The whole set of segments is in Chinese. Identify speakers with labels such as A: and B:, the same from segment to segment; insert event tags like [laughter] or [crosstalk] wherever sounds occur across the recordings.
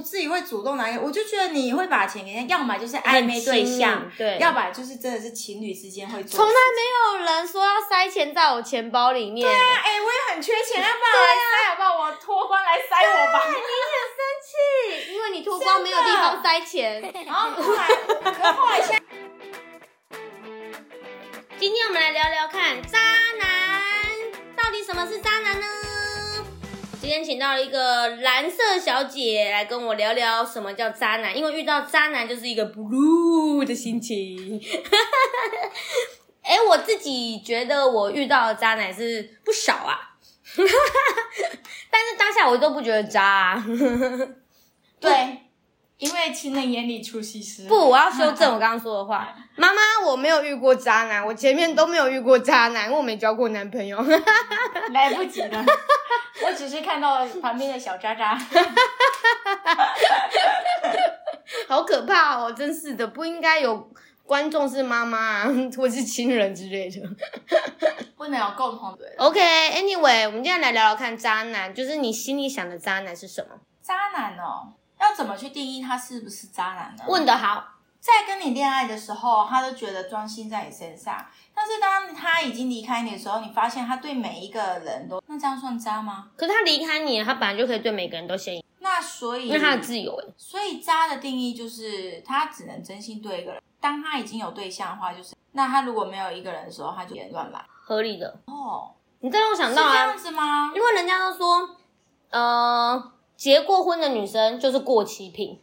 A: 自己会主动拿给，我就觉得你会把钱给人家，要么就是暧昧对象
B: 很亲，对
A: 要么就是真的是情侣之间会做。
B: 从来没有人说要塞钱在我钱包里面。对啊，
A: 哎、我也很缺钱，要不然来塞好不好？我脱光来塞我吧。
B: 你很生气，因为你脱光没有地方塞钱。
A: 然后后来，可后来现在
B: 今天我们来聊聊看渣男，到底什么是渣男呢？今天请到了一个蓝色小姐来跟我聊聊什么叫渣男，因为遇到渣男就是一个 blue 的心情。哎、我自己觉得我遇到的渣男是不少啊， [laughs] 但是当下我都不觉得渣、啊。
A: [laughs] 对，因为情人眼里出西施。
B: 不，我要修正我刚刚说的话。妈妈，我没有遇过渣男，我前面都没有遇过渣男，因为我没交过男朋友。 [laughs]
A: 来不及了，我只是看到旁边的小渣渣。
B: 好可怕哦！真是的，不应该有观众是妈妈、啊、 [laughs] 或是亲人之类的。 [laughs]
A: 不能有共同的。
B: OK，Anyway，、我们今天来聊聊看渣男，就是你心里想的渣男是什么？
A: 渣男哦，要怎么去定义他是不是渣男呢？
B: 问得好，
A: 在跟你恋爱的时候，他都觉得专心在你身上，但是当他已经离开你的时候，你发现他对每一个人都那这样算渣吗？
B: 可是他离开你，他本来就可以对每个人都先赢，
A: 那所以
B: 因为他的自由哎。
A: 所以渣的定义就是他只能真心对一个人。当他已经有对象的话，就是那他如果没有一个人的时候，他就也乱来。
B: 合理的。
A: 哦，
B: 你这让我想
A: 是
B: 到
A: 这
B: 啊
A: 样，子吗？
B: 因为人家都说，呃，结过婚的女生就是过期品，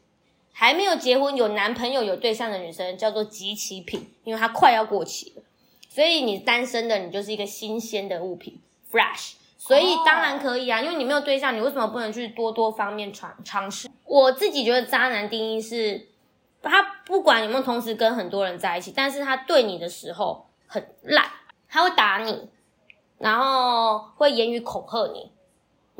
B: 还没有结婚有男朋友有对象的女生叫做及其品，因为她快要过期了。所以你单身的，你就是一个新鲜的物品，fresh。所以
A: 哦
B: 当然可以啊，因为你没有对象，你为什么不能去多多方面尝尝试？我自己觉得渣男定义是，他不管有没有同时跟很多人在一起，但是他对你的时候很烂，他会打你，然后会言语恐吓你，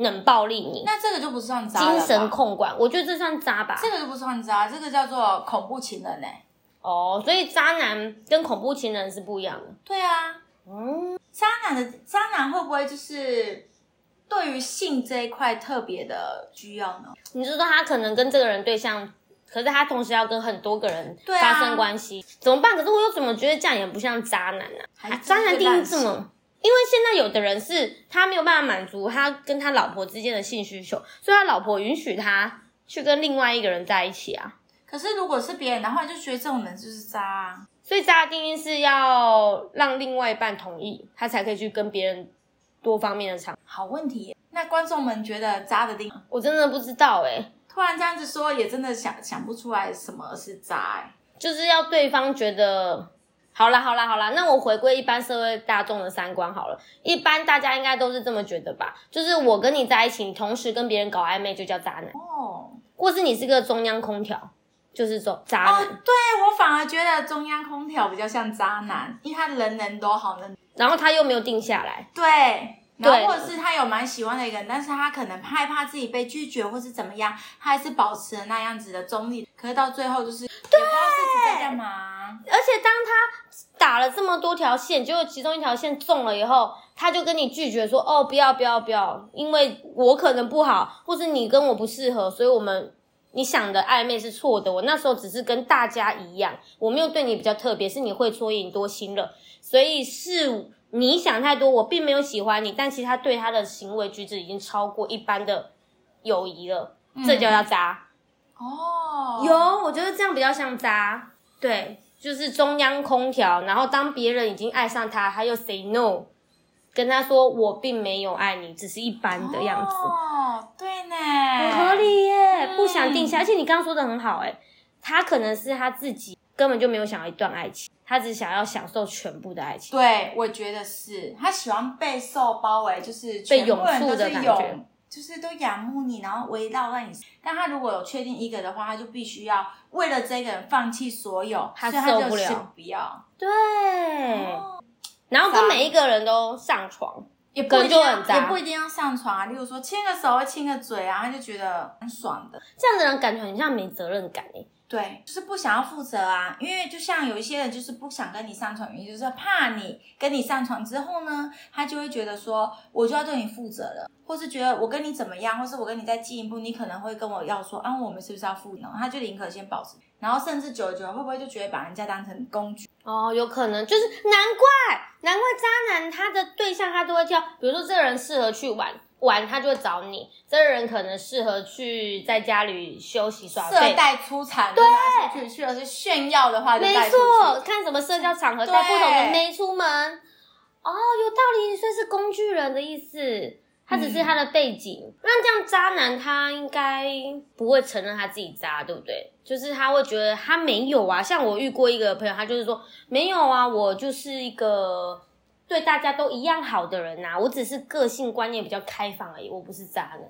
B: 冷暴力你，
A: 那这个就不算渣了吧
B: 精神控管，我觉得这算渣吧。
A: 这个就不算渣，这个叫做恐怖情人呢、欸
B: 哦，所以渣男跟恐怖情人是不一样的。
A: 对啊，
B: 嗯，
A: 渣男的渣男会不会就是对于性这一块特别的需要呢？
B: 你是说他可能跟这个人对象，可是他同时要跟很多个人
A: 对啊
B: 发生关系，怎么办？可是我又怎么觉得这样也不像渣男呢、
A: 还
B: 啊
A: 是？
B: 渣男定义这
A: 哎这
B: 么。因为现在有的人是他没有办法满足他跟他老婆之间的性需求，所以他老婆允许他去跟另外一个人在一起啊。
A: 可是如果是别人的话，你就觉得这种人就是渣、啊。
B: 所以渣的定义是要让另外一半同意，他才可以去跟别人多方面的尝。
A: 好问题耶，那观众们觉得渣的定义，
B: 我真的不知道哎、
A: 突然这样子说，也真的想想不出来什么是渣、哎。
B: 就是要对方觉得好啦好啦好啦，那我回归一般社会大众的三观好了，一般大家应该都是这么觉得吧？就是我跟你在一起，你同时跟别人搞暧昧就叫渣男，
A: 哦
B: 或是你是个中央空调，就是种渣
A: 哦，
B: 男。
A: 对我反而觉得中央空调比较像渣男，因为他人人都好人。
B: 然后他又没有定下来，
A: 对。然
B: 对
A: 后或者是他有蛮喜欢的一个人，但是他可能害怕自己被拒绝或是怎么样，他还是保持了那样子的中立。可是到最后就是也不知道自己在干嘛。
B: 而且当他打了这么多条线，结果其中一条线中了以后，他就跟你拒绝说：“哦，不要不要不要，因为我可能不好，或是你跟我不适合，所以我们你想的暧昧是错的。我那时候只是跟大家一样，我没有对你比较特别，是你会错意，你多心了，所以是你想太多，我并没有喜欢你，但其实他对他的行为举止已经超过一般的友谊了，这就叫渣。
A: 哦，
B: 有，我觉得这样比较像渣。对，就是中央空调。然后当别人已经爱上他，他又 say no，跟他说我并没有爱你，只是一般的样子，
A: 哦，嗯对呢，
B: 很合。理耶。不想定下，而且你刚刚说的很好，哎，他可能是他自己根本就没有想要一段爱情，他只想要享受全部的爱情。
A: 对，我觉得是他喜欢备受包围，就是全部人都是有
B: 被拥簇的感觉
A: 就是都仰慕你，然后围绕在你身。但他如果有确定一个的话，他就必须要为了这个人放弃所有，
B: 他
A: 所以他
B: 受
A: 就
B: 不了
A: 是不要。
B: 对，
A: 哦
B: 然后
A: 啊
B: 跟每一个人都上床，
A: 也不一定
B: 可
A: 要
B: 能就很渣
A: 也不一定要上床啊。例如说亲个手、亲个嘴啊，他就觉得很爽的。
B: 这样的人感觉很像没责任感哎。
A: 对，就是不想要负责啊，因为就像有一些人就是不想跟你上床，原因就是怕你跟你上床之后呢，他就会觉得说我就要对你负责了，或是觉得我跟你怎么样，或是我跟你再进一步，你可能会跟我要说啊，我们是不是要负呢？他就宁可先保持，然后甚至久而久之会不会就觉得把人家当成工具？
B: 哦，有可能就是难怪，难怪渣男他的对象他都会挑，比如说这个人适合去玩玩，他就会找你；这个人可能适合去在家里休息耍
A: 色
B: 废。
A: 带出产就拿出去，去了是炫耀的话就带
B: 没
A: 出去
B: 错，。看什么社交场合
A: 对
B: 带不同的妹出门。哦，有道理，所以是工具人的意思。他只是他的背景，
A: 嗯
B: 那这样渣男他应该不会承认他自己渣，对不对？就是他会觉得他没有啊。像我遇过一个朋友，他就是说没有啊，我就是一个对大家都一样好的人呐、啊我只是个性观念比较开放而已，我不是渣男。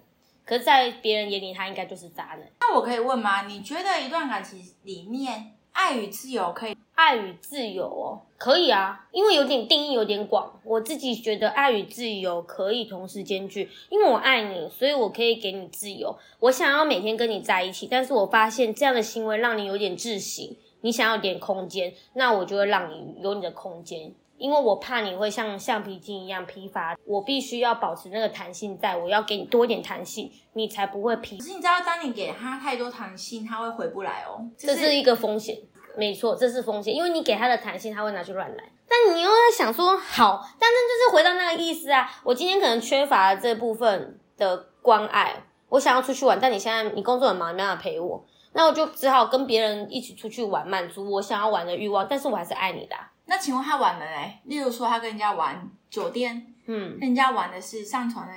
B: 可是，在别人眼里，他应该就是渣男。
A: 那我可以问吗？你觉得一段感情里面爱与自由可以？
B: 爱与自由哦，可以啊，因为有点定义有点广，我自己觉得爱与自由可以同时兼具，因为我爱你，所以我可以给你自由，我想要每天跟你在一起，但是我发现这样的行为让你有点窒息，你想要有点空间，那我就会让你有你的空间。因为我怕你会像橡皮筋一样疲乏，我必须要保持那个弹性在，我要给你多一点弹性，你才不会疲
A: 可。是你知道，当你给他太多弹性，他会回不来哦。就
B: 这是一个风险，没错，这是风险，因为你给他的弹性，他会拿去乱来。但你又在想说，好，但是就是回到那个意思啊，我今天可能缺乏了这部分的关爱，我想要出去玩，但你现在你工作很忙，你没办法陪我，那我就只好跟别人一起出去玩，满足我想要玩的欲望，但是我还是爱你的啊、
A: 那请问他玩了嘞？例如说，他跟人家玩酒店，
B: 嗯
A: 跟，人家玩的是上床嘞，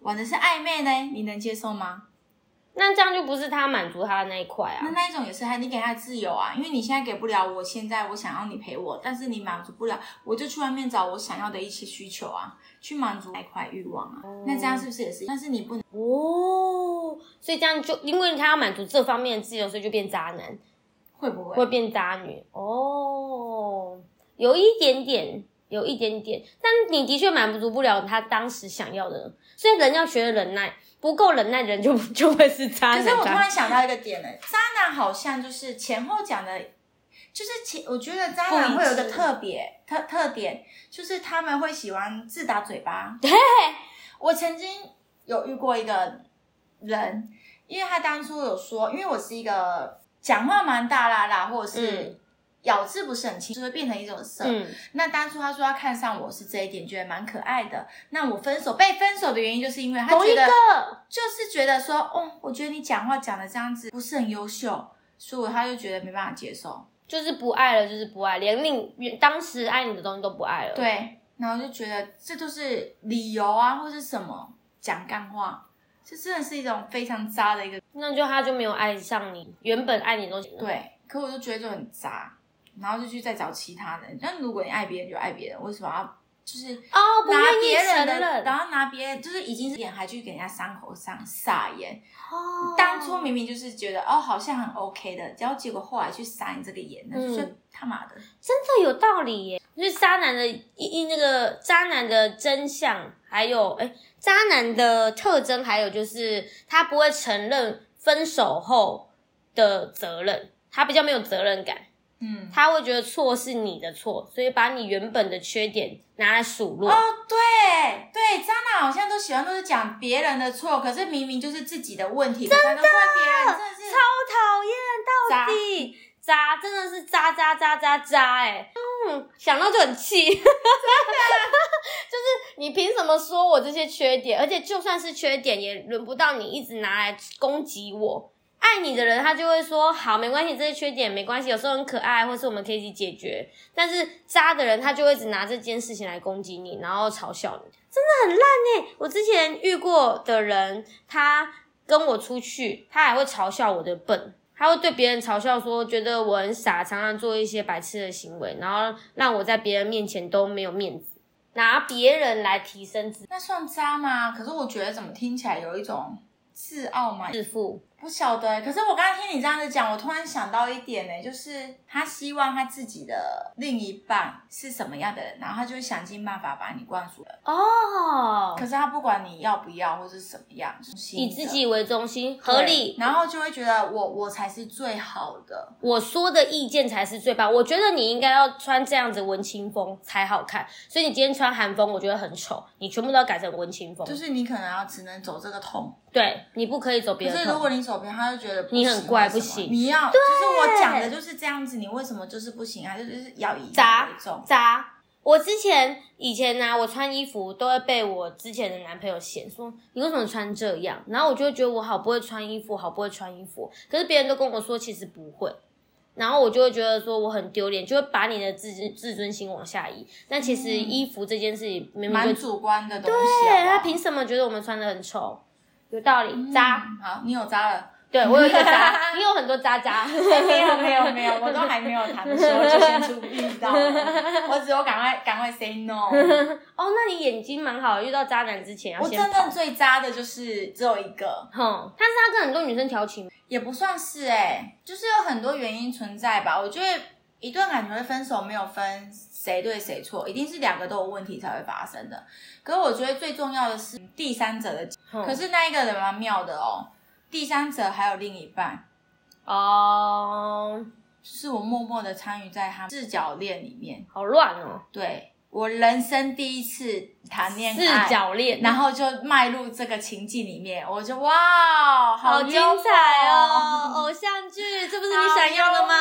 A: 玩的是暧昧嘞，你能接受吗？
B: 那这样就不是他满足他的那一块
A: 那
B: 啊，
A: 那一种也是他，你给他自由啊，因为你现在给不了我，现在我想要你陪我，但是你满足不了，我就去外面找我想要的一些需求啊，去满足那一块欲望啊。那这样是不是也是？但是你不能，
B: 哦，所以这样就因为他要满足这方面的自由，所以就变渣男。
A: 会不会？
B: 会变渣女哦，有一点点，有一点点，但你的确满足不了他当时想要的，所以人要学忍耐，不 [laughs] 够忍耐的人就就会是渣
A: 可
B: 男
A: 是我突
B: 渣。
A: 然想到一个点呢、渣男好像就是前后讲的，就是前我觉得渣
B: 不一
A: 男
B: 致
A: 会有一个特别特特点，就是他们会喜欢自打嘴巴。对，我曾经有遇过一个人，因为他当初有说，因为我是一个讲话蛮大啦啦，或者是
B: 嗯
A: 咬字不是很清，就会变成一种色。
B: 嗯，
A: 那当初他说他看上我是这一点，觉得蛮可爱的。那我分手被分手的原因，就是因为他
B: 同一
A: 觉得
B: 个
A: 就是觉得说，哦，我觉得你讲话讲的这样子不是很优秀，所以他就觉得没办法接受。
B: 就是不爱了，就是不爱，连你当时爱你的东西都不爱了。，
A: 对，然后就觉得这都是理由啊，或是什么讲干话，这真的是一种非常渣的一个
B: 那就他就没有爱上你原本爱你的东西。，
A: 对。可我就觉得就很渣，然后就去再找其他人。那如果你爱别人就爱别人，为什么要就是
B: 哦，不
A: 拿
B: 愿意
A: 别人
B: 承
A: 的，
B: 认。
A: 然后拿别人就是已经是脸还去给人家伤口上撒盐？
B: 哦
A: 当初明明就是觉得哦好像很 OK 的，然后结果后来去撒你这个盐，那就觉得
B: 嗯
A: 他妈的。
B: 真的有道理耶！就是渣男的一一那个渣男的真相，还有哎、渣男的特征，还有就是他不会承认分手后的责任，他比较没有责任感，
A: 嗯，
B: 他会觉得错是你的错，所以把你原本的缺点拿来数落。
A: 哦，对对，渣男好像都喜欢都是讲别人的错，可是明明就是自己的问题，真的怪别人，真的是
B: 超讨厌，到底渣真的是渣渣渣渣渣哎、嗯，想到就很气，真的，啊 [laughs] 就是你凭什么说我这些缺点？而且就算是缺点，也轮不到你一直拿来攻击我。爱你的人，他就会说好，没关系，这些缺点没关系，有时候很可爱，或是我们可以一起解决。但是渣的人，他就会一直拿这件事情来攻击你，然后嘲笑你，真的很烂呢、我之前遇过的人，他跟我出去，他还会嘲笑我的笨，他会对别人嘲笑说，觉得我很傻，常常做一些白痴的行为，然后让我在别人面前都没有面子，拿别人来提升自
A: 那算渣吗？可是我觉得怎么听起来有一种自傲嘛，
B: 自负，
A: 不晓得欸，可是我刚刚听你这样子讲，我突然想到一点呢、欸就是他希望他自己的另一半是什么样的人，然后他就会想尽办法把你灌输了。
B: 哦
A: 可，是他不管你要不要或是什么样，就是
B: 以自己为中心，
A: 对
B: 合理。
A: 然后就会觉得我我才是最好的。
B: 我说的意见才是最棒。我觉得你应该要穿这样子文青风才好看，所以你今天穿韩风，我觉得很丑。你全部都要改成文青风，
A: 就是你可能要只能走这个痛，
B: 对你不可以走别
A: 可
B: 的
A: 是如
B: 路。
A: 果你走偏，他就觉得不
B: 你
A: 行
B: 很
A: 为
B: 怪
A: 什么
B: 不行
A: 你要就是我讲的就是这样子，你为什么就是不行啊？就是要以他
B: 砸
A: 为重，
B: 渣。我之前以前呢、我穿衣服都会被我之前的男朋友嫌说你为什么穿这样，然后我就会觉得我好不会穿衣服，好不会穿衣服。可是别人都跟我说其实不会，然后我就会觉得说我很丢脸，就会把你的自尊自尊心往下移。但其实衣服这件事情明明
A: 嗯
B: 就
A: 蛮主观的东西好不
B: 对
A: 好。
B: 他凭什么觉得我们穿的很丑？有道理，渣。
A: 嗯好，你有渣了。
B: 对我有一个渣，你有很多渣渣。
A: [laughs] 没有没有没有，我都还没有谈的时候就先出遇
B: [laughs]
A: 到了，我只有赶快赶快 say no。
B: 哦，那你眼睛蛮好，遇到渣男之前要
A: 我
B: 先
A: 真
B: 跑
A: 正最渣的就是只有一个，
B: 哼，但哦是他跟很多女生调情，
A: 也不算是哎、就是有很多原因存在吧。我觉得一段感情会分手，没有分谁对谁错，一定是两个都有问题才会发生的。可是我觉得最重要的是第三者的，
B: 可
A: 可是那一个人蛮妙的哦，第三者还有另一半，
B: 哦，
A: 就是我默默的参与在他视角恋里面，
B: 好乱哦，
A: 对我人生第一次谈恋爱，
B: 四角恋，
A: 然后就迈入这个情境里面，我就哇，
B: 好
A: 精
B: 精
A: 彩
B: 彩
A: [laughs]
B: 哦， [laughs] 偶像剧，这不
A: 不
B: 是你想要的吗？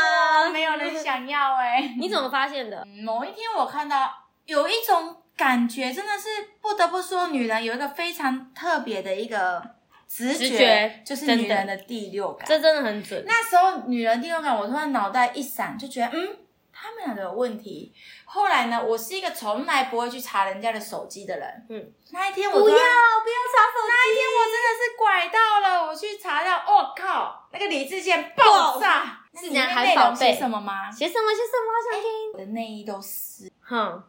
A: 哦没有人。想要哎、
B: 你怎么发现的？
A: [laughs] 嗯某一天我看到有一种感觉，真的是不得不说，女人有一个非常特别的一个直觉，
B: 直觉
A: 就是
B: 真的
A: 女人的第六感。
B: [laughs] 这真的很准。
A: 那时候女人第六感，我突然脑袋一闪，就觉得嗯。他们两个有问题。后来呢，我是一个从来不会去查人家的手机的人。
B: 嗯，
A: 那一天我
B: 不要不
A: 突
B: 要
A: 然
B: 查手
A: 那一天我真的是拐到了，我去查到，我、靠，那个李志健爆炸，那
B: 是
A: 里面
B: 讲韩
A: 内容
B: 宝贝
A: 是什么吗？
B: 机，写什么写什么，我想听。
A: 我的内衣都湿，
B: 哼，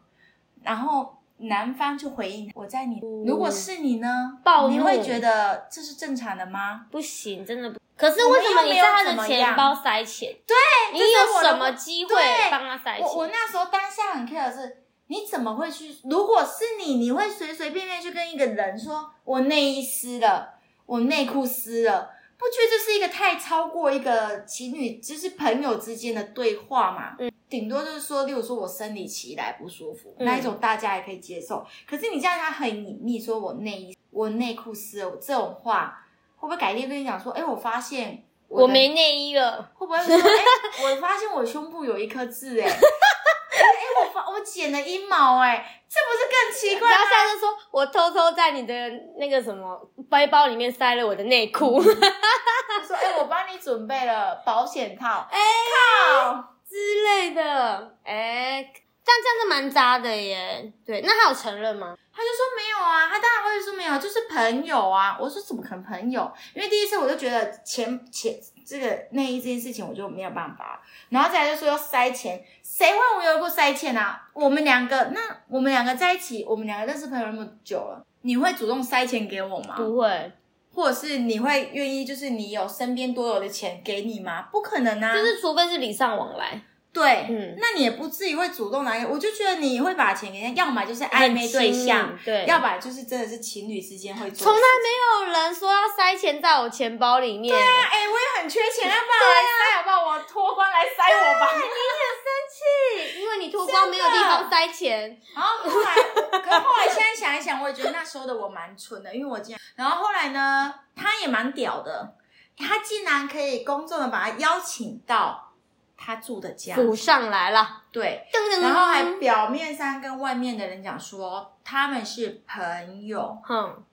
A: 然后男方就回应我在你，
B: 哦
A: 如果是你呢，
B: 暴怒
A: 你会觉得这是正常的吗？
B: 不行，真的不。可是为什么你在他的钱包塞钱？对，你
A: 这是我
B: 有
A: 的
B: 什么机会
A: 对
B: 帮他塞
A: 我我
B: 钱？
A: 那时候当下很 care 的是。你怎么会去？如果是你，你会随随便便去跟一个人说“我内衣湿了，我内裤湿了”，不觉得这是一个太超过一个情侣，就是朋友之间的对话嘛？嗯，顶多就是说，例如说我生理期来不舒服、
B: 嗯
A: 那一种，大家也可以接受。可是你这样，他很隐秘，说我内衣、我内裤湿了这种话，会不会改天跟你讲说，哎、我发现我
B: 我
A: 的
B: 没内衣了，
A: 会不会说，哎、我发现我胸部有一颗痣、哎，哎、哎我发我剪了阴毛、哎，这不是更奇怪
B: 然
A: 吗
B: 后？下次说，我偷偷在你的那个什么背包里面塞了我的内裤。
A: 他说，哎、我帮你准备了保险套，
B: 哎、
A: 靠，
B: 之类的，哎、但这样是蛮渣的耶。对，那他有承认吗？
A: 他就说没有啊，他当然会说没有，就是朋友啊。我说怎么可能朋友？因为第一次我就觉得钱钱这个内衣这件事情我就没有办法了，然后再来就说要塞钱，谁会无缘无故塞钱啊？我们两个那我们两个在一起，我们两个认识朋友那么久了，你会主动塞钱给我吗？
B: 不会，
A: 或者是你会愿意就是你有身边多有的钱给你吗？不可能啊，
B: 就是除非是礼尚往来，
A: 对，
B: 嗯
A: 那你也不至于会主动拿给，我就觉得你会把钱给人家，要么就是暧
B: 很
A: 昧对象
B: 亲，密，对，
A: 要不然就是真的是情侣之间会做
B: 从来
A: 事
B: 没有人说要塞钱在我钱包里面。对
A: 啊哎、我也很缺钱，要不然来
B: 啊
A: 塞好不好？我脱光来塞我吧。
B: 因为你脱光没有地方塞钱，
A: 然后后来，可后来现在想一想，我也觉得那时候的我蛮蠢的，因为我竟然，然后后来呢，他也蛮屌的，他竟然可以公众的把他邀请到他住的家，
B: 补上来了。
A: 对，
B: 噔噔
A: 然后还表面上跟外面的人讲说他们是朋友，
B: 哼，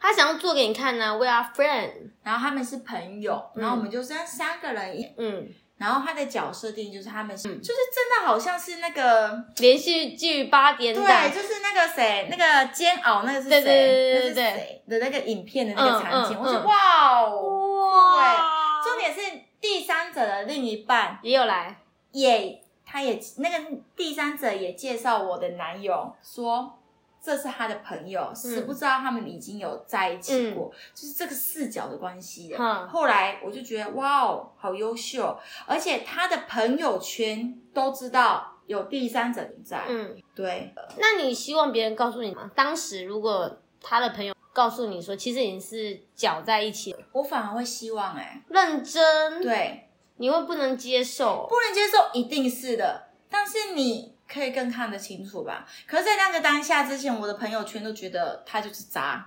B: 他想要做给你看呢、w e are friends。
A: 然后他们是朋友，
B: 嗯
A: 然后我们就这样三个人一，
B: 嗯，
A: 然后他的角色定义就是他们是，就是真的好像是那个，
B: 连续剧八点档，
A: 对，就是那个谁，那个煎熬那个是谁，
B: 对对对对
A: 那是谁的那个影片的那个场景，
B: 嗯嗯
A: 我说
B: 嗯
A: 哇哦，
B: 哇，
A: 重点是第三者的另一半
B: 也有来，
A: 也，他也那个第三者也介绍我的男友说。这是他的朋友，是不知道他们已经有在一起过，就是这个视角的关系的。
B: 哼
A: 后来我就觉得哇哦，好优秀，而且他的朋友圈都知道有第三者存在。
B: 嗯，
A: 对，
B: 那你希望别人告诉你吗？当时如果他的朋友告诉你说，其实你是搅在一起了，
A: 我反而会希望哎、
B: 认真，
A: 对，
B: 你会不能接受
A: 不，能接受一定是的，但是你。可以更看得清楚吧？可是，在那个当下之前，我的朋友圈都觉得他就是渣。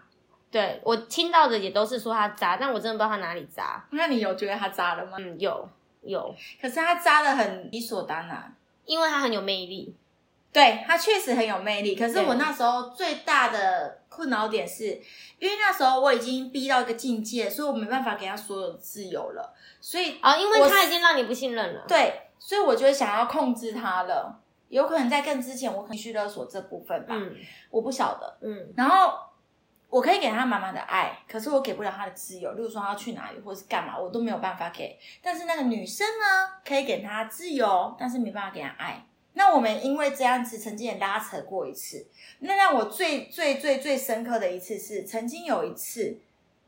B: 对我听到的也都是说他渣，但我真的不知道他哪里渣。
A: 那你有觉得他渣了吗？
B: 嗯，有有，
A: 可是他渣的很理所当然。
B: 因为他很有魅力。
A: 对他确实很有魅力，可是
B: 对
A: 我那时候最大的困扰点是，因为那时候我已经逼到一个境界，所以我没办法给他所有的自由了，所以
B: 哦，因为
A: 我
B: 他已经让你不信任了。
A: 对，所以我就想要控制他了。有可能在更之前，我可能去勒索这部分吧，
B: 嗯
A: 我不晓得。
B: 嗯
A: 然后我可以给他满满的爱，可是我给不了他的自由，例如说他要去哪里或是干嘛，我都没有办法给。但是那个女生呢，可以给他自由，但是没办法给他爱。那我们因为这样子，曾经也拉扯过一次。那让我最最最最深刻的一次是，曾经有一次，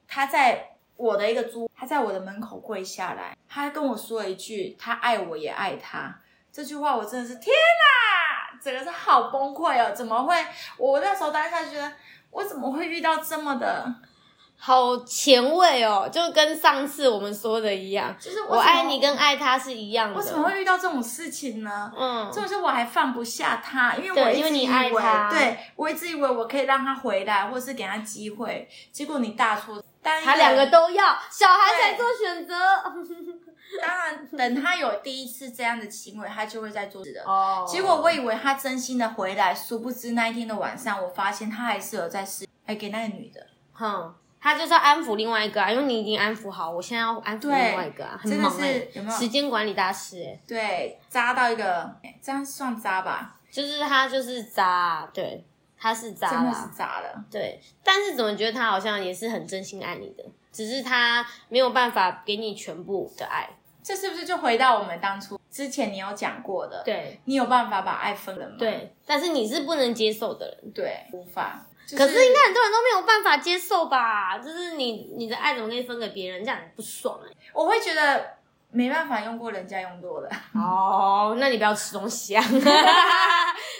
A: 他在我的一个租，他在我的门口跪下来，他跟我说了一句：“他爱我也爱他。”这句话我真的是天哪，整个是好崩溃哦！怎么会？我那时候当下就觉得，我怎么会遇到这么的？
B: 好前卫哦，就跟上次我们说的一样，
A: 就是
B: 我
A: 怎么
B: 爱你跟爱他是一样的。
A: 我怎么会遇到这种事情呢？
B: 嗯
A: 这，种事我还放不下他，因为我一
B: 对
A: 直
B: 因为你
A: 以
B: 爱
A: 为
B: 他
A: 对我一直以为我可以让他回来，或是给他机会，结果你大错。但
B: 他两个都要，小孩才做选择。
A: 当然，等他有第一次这样的行为，他就会再做的。
B: 哦
A: 结果我以为他真心的回来，殊不知那一天的晚上，我发现他还是有在试，还给那个女的，
B: 哼，他就是要安抚另外一个啊，因为你已经安抚好，我现在要安抚
A: 对
B: 另外一个啊，很
A: 真的
B: 忙
A: 是
B: 哎、
A: 有没有
B: 时间管理大师哎、
A: 对，渣到一个，哎这样算渣吧？
B: 就是他就是渣啊，对，他是渣
A: 真的是
B: 啦，
A: 渣了。
B: 对，但是怎么觉得他好像也是很真心爱你的，只是他没有办法给你全部的爱，
A: 这是不是就回到我们当初之前你有讲过的？，
B: 对
A: 你有办法把爱分了吗？
B: 对，但是你是不能接受的人。
A: 对，无法。就
B: 可是应该很多人都没有办法接受吧？就是你你的爱怎么可以分给别人，这样很不爽哎、
A: 我会觉得没办法用过人家用过的，
B: 哦，那你不要吃东西啊，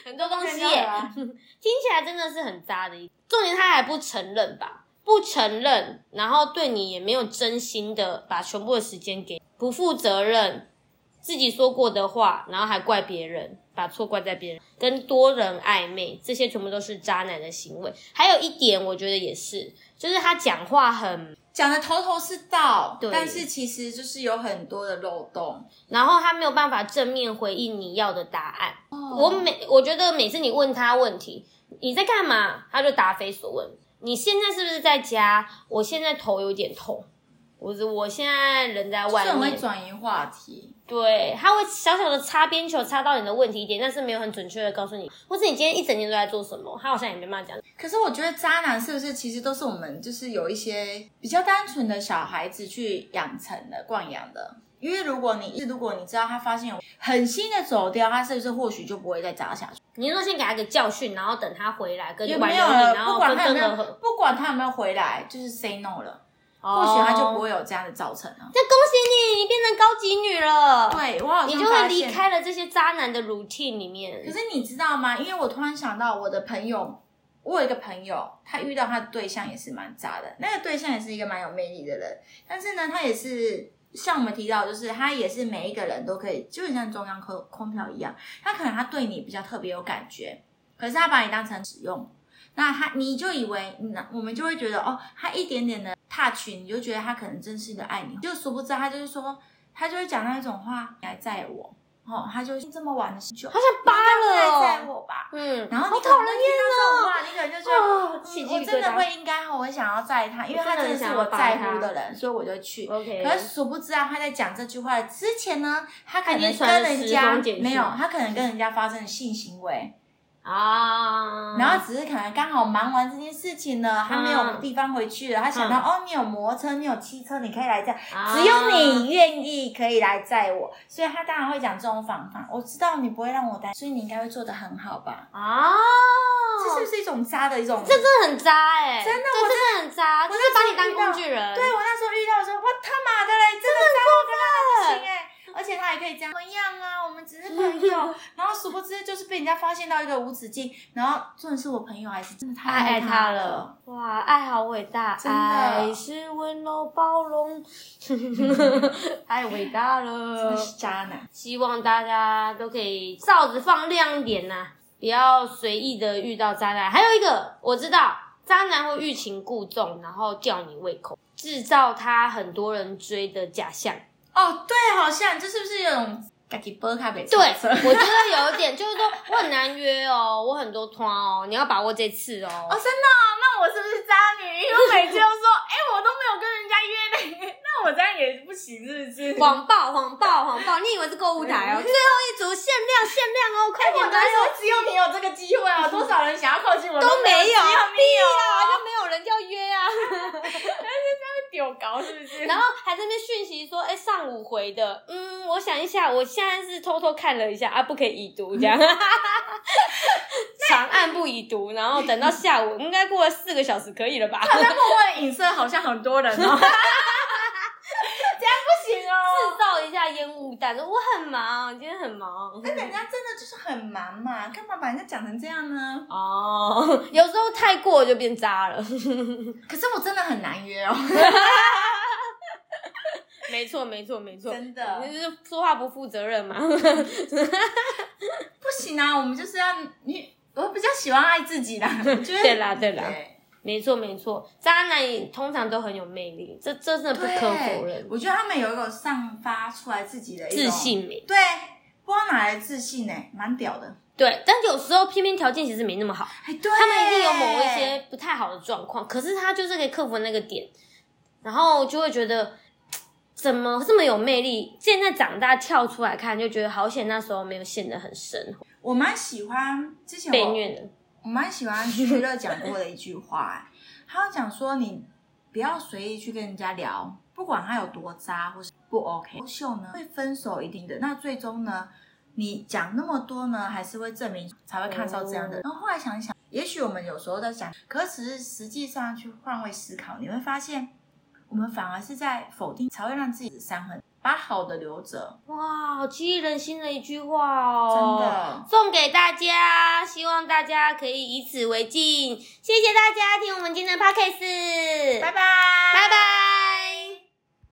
B: 很多东西耶、听起来真的是很渣的一。重点他还不承认吧？不承认，然后对你也没有真心的把全部的时间给你，不负责任，自己说过的话，然后还怪别人，把错怪在别人，跟多人暧昧，这些全部都是渣男的行为。还有一点，我觉得也是，就是他讲话很，
A: [laughs] 讲的头头是道
B: 对，
A: 但是其实就是有很多的漏洞。
B: 然后他没有办法正面回应你要的答案。我
A: 嗯
B: 每我觉得每次你问他问题，你在干嘛，他就答非所问。你现在是不是在家？我现在头有点痛，我我现在人在
A: 就是
B: 外
A: 很会
B: 面。
A: 转移话题，
B: 对，他会小小的擦边球，擦到你的问题点，但是没有很准确的告诉你，或是你今天一整天都在做什么，他好像也没办法讲。
A: 可是我觉得渣男是不是其实都是我们就是有一些比较单纯的小孩子去养成的、惯养的。因为如果你如果你知道他发现有狠心的走掉，他是不是或许就不会再渣下去？
B: 你是说先给他个教训，然后等他回来跟你
A: 也
B: 玩
A: 没有
B: 游戏，然
A: 了，
B: 后
A: 不
B: 分
A: 管他有
B: 分
A: 没
B: 合
A: 有，
B: 合，
A: 不管他有没有回来，就是 say no 了，
B: 或
A: 或许他就不。会有这样的啊造成了。
B: 哦那恭喜你，你变成高级女了。
A: 对啊我好像
B: 你就会
A: 发
B: 离
A: 现
B: 开了这些渣男的 routine 里面。
A: 可是你知道吗？因为我突然想到我的朋友，我有一个朋友，他遇到他的对象也是蛮渣的，那个对象也是一个蛮有魅力的人，但是呢，他也是。像我们提到，就是他也是每一个人都可以，就很像中央空空调一样，他可能他对你比较特别有感觉，可是他把你当成使用，那他你就以为，那我们就会觉得哦，他一点点的 touch，你就觉得他可能真心的爱你，就殊不知他就是说，他就会讲那一种话，你还在我，哦，他就这么晚的时候
B: 好，像扒
A: 在
B: 了
A: 在
B: 哦，
A: 我吧。
B: 嗯，
A: 然后
B: 好
A: 你可
B: 讨
A: 能会
B: 人厌啊
A: 听到这种话，你可能就觉得。
B: 哦，起
A: 嗯
B: 鸡
A: 我
B: 皮
A: 真
B: 疙
A: 的
B: 瘩。
A: 会应该我会想要载他，因为
B: 我
A: 他
B: 真的
A: 真的是
B: 很想要
A: 我
B: 扒
A: 在
B: 他
A: 乎的人，所以我就去。
B: OK，
A: 可是殊不知啊，他在讲这句话之前呢，他可
B: 他已
A: 能
B: 经传
A: 跟
B: 了
A: 人
B: 10
A: 家
B: 封简讯
A: 没有，他可能跟人家发生性行为，
B: 啊，
A: 然后只是可能刚好忙完这件事情了，他没有
B: 嗯
A: 地方回去了，他想到、哦，你有摩托车，你有汽车，你可以来载，
B: 啊
A: 只有你愿意可以来载我，所以他当然会讲这种方法。我知道你不会让我担心，所以你应该会做得很好吧？
B: 啊，
A: 这是不是一种渣的一种？
B: 这真的很渣哎、
A: 真的
B: 这
A: 我
B: 真的很渣，就是
A: 那时
B: 把
A: 候
B: 你当
A: 遇到
B: 工具人，
A: 对我那时候遇到的时候，我他妈的嘞，真的渣到不行哎、而且他还可以这样，怎么样啊？我们只是朋 [laughs] 友，然后殊不知就是被人家发现到一个无止境，然后真的是我朋友还是真的太
B: 太爱
A: 他
B: 他了。，哇，爱好伟大，
A: 哎真的
B: 爱是温柔包
A: [laughs]
B: 容， [laughs] 太伟大了
A: 真的。是渣男。
B: 希望大家都可以哨子放亮一点呐、不要随意的遇到渣男。还有一个我知道，渣男会欲擒故纵，然后吊你胃口，制造他很多人追的假象。
A: 哦，对，好像这是不是有种自己波卡北？ [laughs]
B: 对，
A: 哦
B: 我觉得有一点就是说我很难约哦，我很多团哦，你要把握这次哦。
A: 哦，真的哦、那我是不是渣女？因为我每次都说，哎、我都没有跟人家约的， [laughs] 那我这样也不行，是不是？嗯
B: 谎报，谎报，谎报！你以为是购物台哦？最后一组限量，限量哦！
A: 哎
B: 快
A: 我
B: 点
A: 那
B: 来
A: 时
B: 哦！
A: 候只有你有这个机会 [laughs] 啊！多少人想要靠近我
B: 都没有，
A: 没只有你有啊，
B: 啊，就没有人要约啊。
A: 丢搞是不
B: [laughs]
A: 是？ [laughs]
B: 然后还在那边讯息说，哎、上午回的，嗯，我想一下，我现在是偷偷看了一下啊，不可以已读 [laughs] 这样，长按不已读，然后等到下午，应该过了四个小时可以了吧？ [laughs]
A: 好像默默的影射好像很多人哦， [laughs] 这样不行哦。 [laughs]
B: 制造一下烟雾弹，说我很忙，今天很忙。
A: 那人家真的就是很忙嘛，干嘛把人家讲成这样呢？
B: 哦，有时候太过就变渣 [laughs] 了。
A: 可是我真的很难约哦。
B: 没错，没错，没错，
A: 真的
B: 你就是说话不负责任嘛。
A: [laughs] 不行啊，我们就是要你，我比较喜欢爱自己啦。我觉得
B: 对啦，对啦，
A: 对
B: [laughs] 没错，没错，渣男也通常都很有魅力，这这真的不
A: 对
B: 可否认。
A: 我觉得他们有一种散发出来自己的一种
B: 自，信美，
A: 对，不知道哪来的自信呢、蛮屌的。
B: 对，但有时候偏偏条件其实没那么好，
A: 哎，对，
B: 他们一定有某一些不太好的状况，可是他就是可以克服那个点，然后就会觉得嘖怎么这么有魅力？现在长大跳出来看，就觉得好险，那时候没有陷得很深，
A: 我蛮喜欢之前
B: 被
A: 我
B: 虐的。
A: 我蛮喜欢徐乐讲过的一句话、 [laughs] 哎他有讲说你不要随意去跟人家聊，不管他有多渣或是不 OK，优秀呢会分手一定的，那最终呢，你讲那么多呢，还是会证明才会看到这样
B: 哦
A: 的。然后后来想一想，也许我们有时候在想，可是实际上去换位思考，你会发现我们反而是在否定，才会让自己伤痕，把好的留着，
B: 哇，好激励人心的一句话
A: 真
B: 哦！
A: 的。
B: 送给大家，希望大家可以以此为镜。谢谢大家听我们今天的 podcast，
A: 拜拜，
B: 拜
A: 拜
B: 拜。